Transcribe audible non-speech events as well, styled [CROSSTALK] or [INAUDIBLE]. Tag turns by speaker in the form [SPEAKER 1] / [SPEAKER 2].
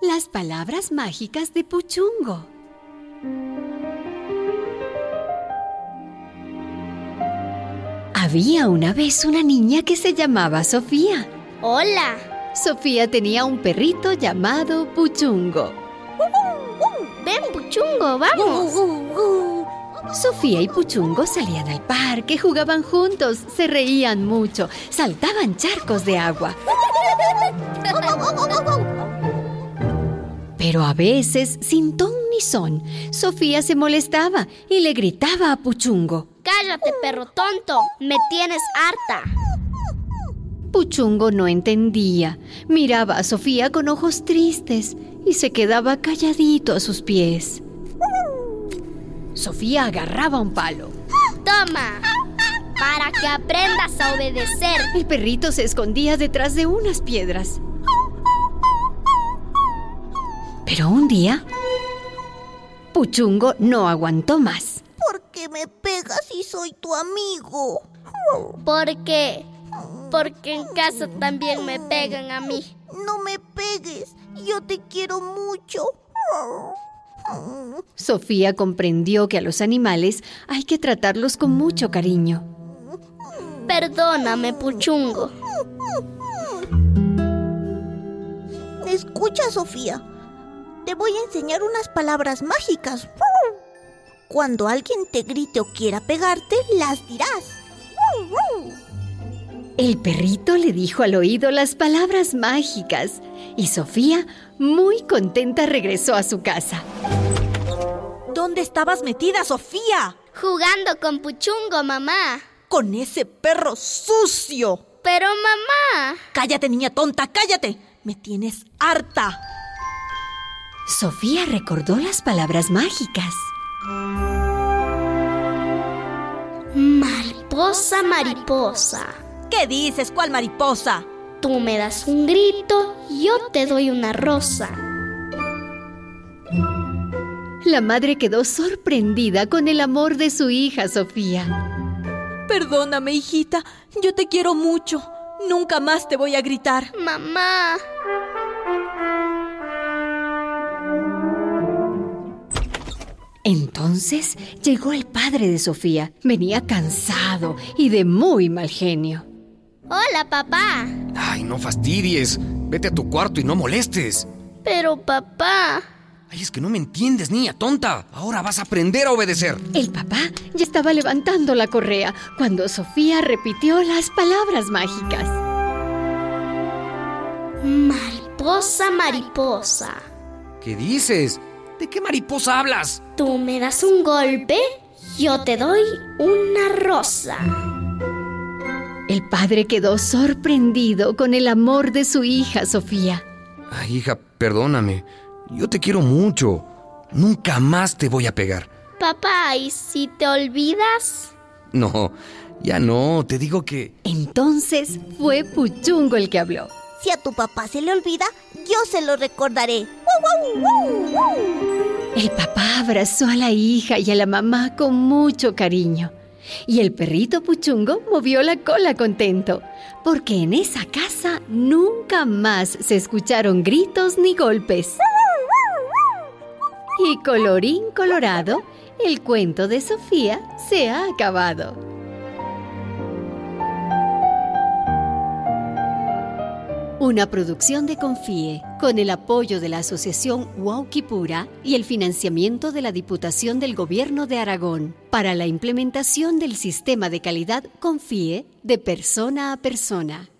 [SPEAKER 1] Las palabras mágicas de Puchungo. Había una vez una niña que se llamaba Sofía.
[SPEAKER 2] Hola.
[SPEAKER 1] Sofía tenía un perrito llamado Puchungo.
[SPEAKER 2] Ven, Puchungo, vamos. [LAUGHS]
[SPEAKER 1] Uh, Sofía y Puchungo salían al parque, jugaban juntos, se reían mucho, saltaban charcos de agua. Pero a veces, sin ton ni son, Sofía se molestaba y le gritaba a Puchungo.
[SPEAKER 2] Cállate, perro tonto. Me tienes harta.
[SPEAKER 1] Puchungo no entendía. Miraba a Sofía con ojos tristes y se quedaba calladito a sus pies. Sofía agarraba un palo.
[SPEAKER 2] Toma. Para que aprendas a obedecer.
[SPEAKER 1] El perrito se escondía detrás de unas piedras. Pero un día, Puchungo no aguantó más.
[SPEAKER 3] ¿Por qué me pegas si soy tu amigo?
[SPEAKER 2] ¿Por qué? Porque en casa también me pegan a mí.
[SPEAKER 3] No me pegues, yo te quiero mucho.
[SPEAKER 1] Sofía comprendió que a los animales hay que tratarlos con mucho cariño.
[SPEAKER 2] Perdóname, Puchungo.
[SPEAKER 3] Escucha, Sofía. Te voy a enseñar unas palabras mágicas. Cuando alguien te grite o quiera pegarte, las dirás.
[SPEAKER 1] El perrito le dijo al oído las palabras mágicas y Sofía, muy contenta, regresó a su casa.
[SPEAKER 4] ¿Dónde estabas metida, Sofía?
[SPEAKER 2] Jugando con Puchungo, mamá.
[SPEAKER 4] Con ese perro sucio.
[SPEAKER 2] Pero mamá.
[SPEAKER 4] Cállate, niña tonta, cállate. Me tienes harta.
[SPEAKER 1] Sofía recordó las palabras mágicas.
[SPEAKER 2] Mariposa, mariposa.
[SPEAKER 4] ¿Qué dices, cuál mariposa?
[SPEAKER 2] Tú me das un grito, yo te doy una rosa.
[SPEAKER 1] La madre quedó sorprendida con el amor de su hija Sofía.
[SPEAKER 4] Perdóname, hijita. Yo te quiero mucho. Nunca más te voy a gritar.
[SPEAKER 2] Mamá.
[SPEAKER 1] Entonces llegó el padre de Sofía. Venía cansado y de muy mal genio.
[SPEAKER 2] Hola, papá.
[SPEAKER 5] Ay, no fastidies. Vete a tu cuarto y no molestes.
[SPEAKER 2] Pero papá.
[SPEAKER 5] Ay, es que no me entiendes, niña tonta. Ahora vas a aprender a obedecer.
[SPEAKER 1] El papá ya estaba levantando la correa cuando Sofía repitió las palabras mágicas.
[SPEAKER 2] Mariposa, mariposa.
[SPEAKER 5] ¿Qué dices? ¿De qué mariposa hablas?
[SPEAKER 2] Tú me das un golpe, yo te doy una rosa.
[SPEAKER 1] El padre quedó sorprendido con el amor de su hija Sofía.
[SPEAKER 5] Ay, hija, perdóname. Yo te quiero mucho. Nunca más te voy a pegar.
[SPEAKER 2] Papá, ¿y si te olvidas?
[SPEAKER 5] No, ya no. Te digo que...
[SPEAKER 1] Entonces fue Puchungo el que habló.
[SPEAKER 3] Si a tu papá se le olvida, yo se lo recordaré.
[SPEAKER 1] El papá abrazó a la hija y a la mamá con mucho cariño. Y el perrito Puchungo movió la cola contento, porque en esa casa nunca más se escucharon gritos ni golpes. Y colorín colorado, el cuento de Sofía se ha acabado. Una producción de Confíe, con el apoyo de la Asociación Huauquipura y el financiamiento de la Diputación del Gobierno de Aragón, para la implementación del sistema de calidad Confíe de persona a persona.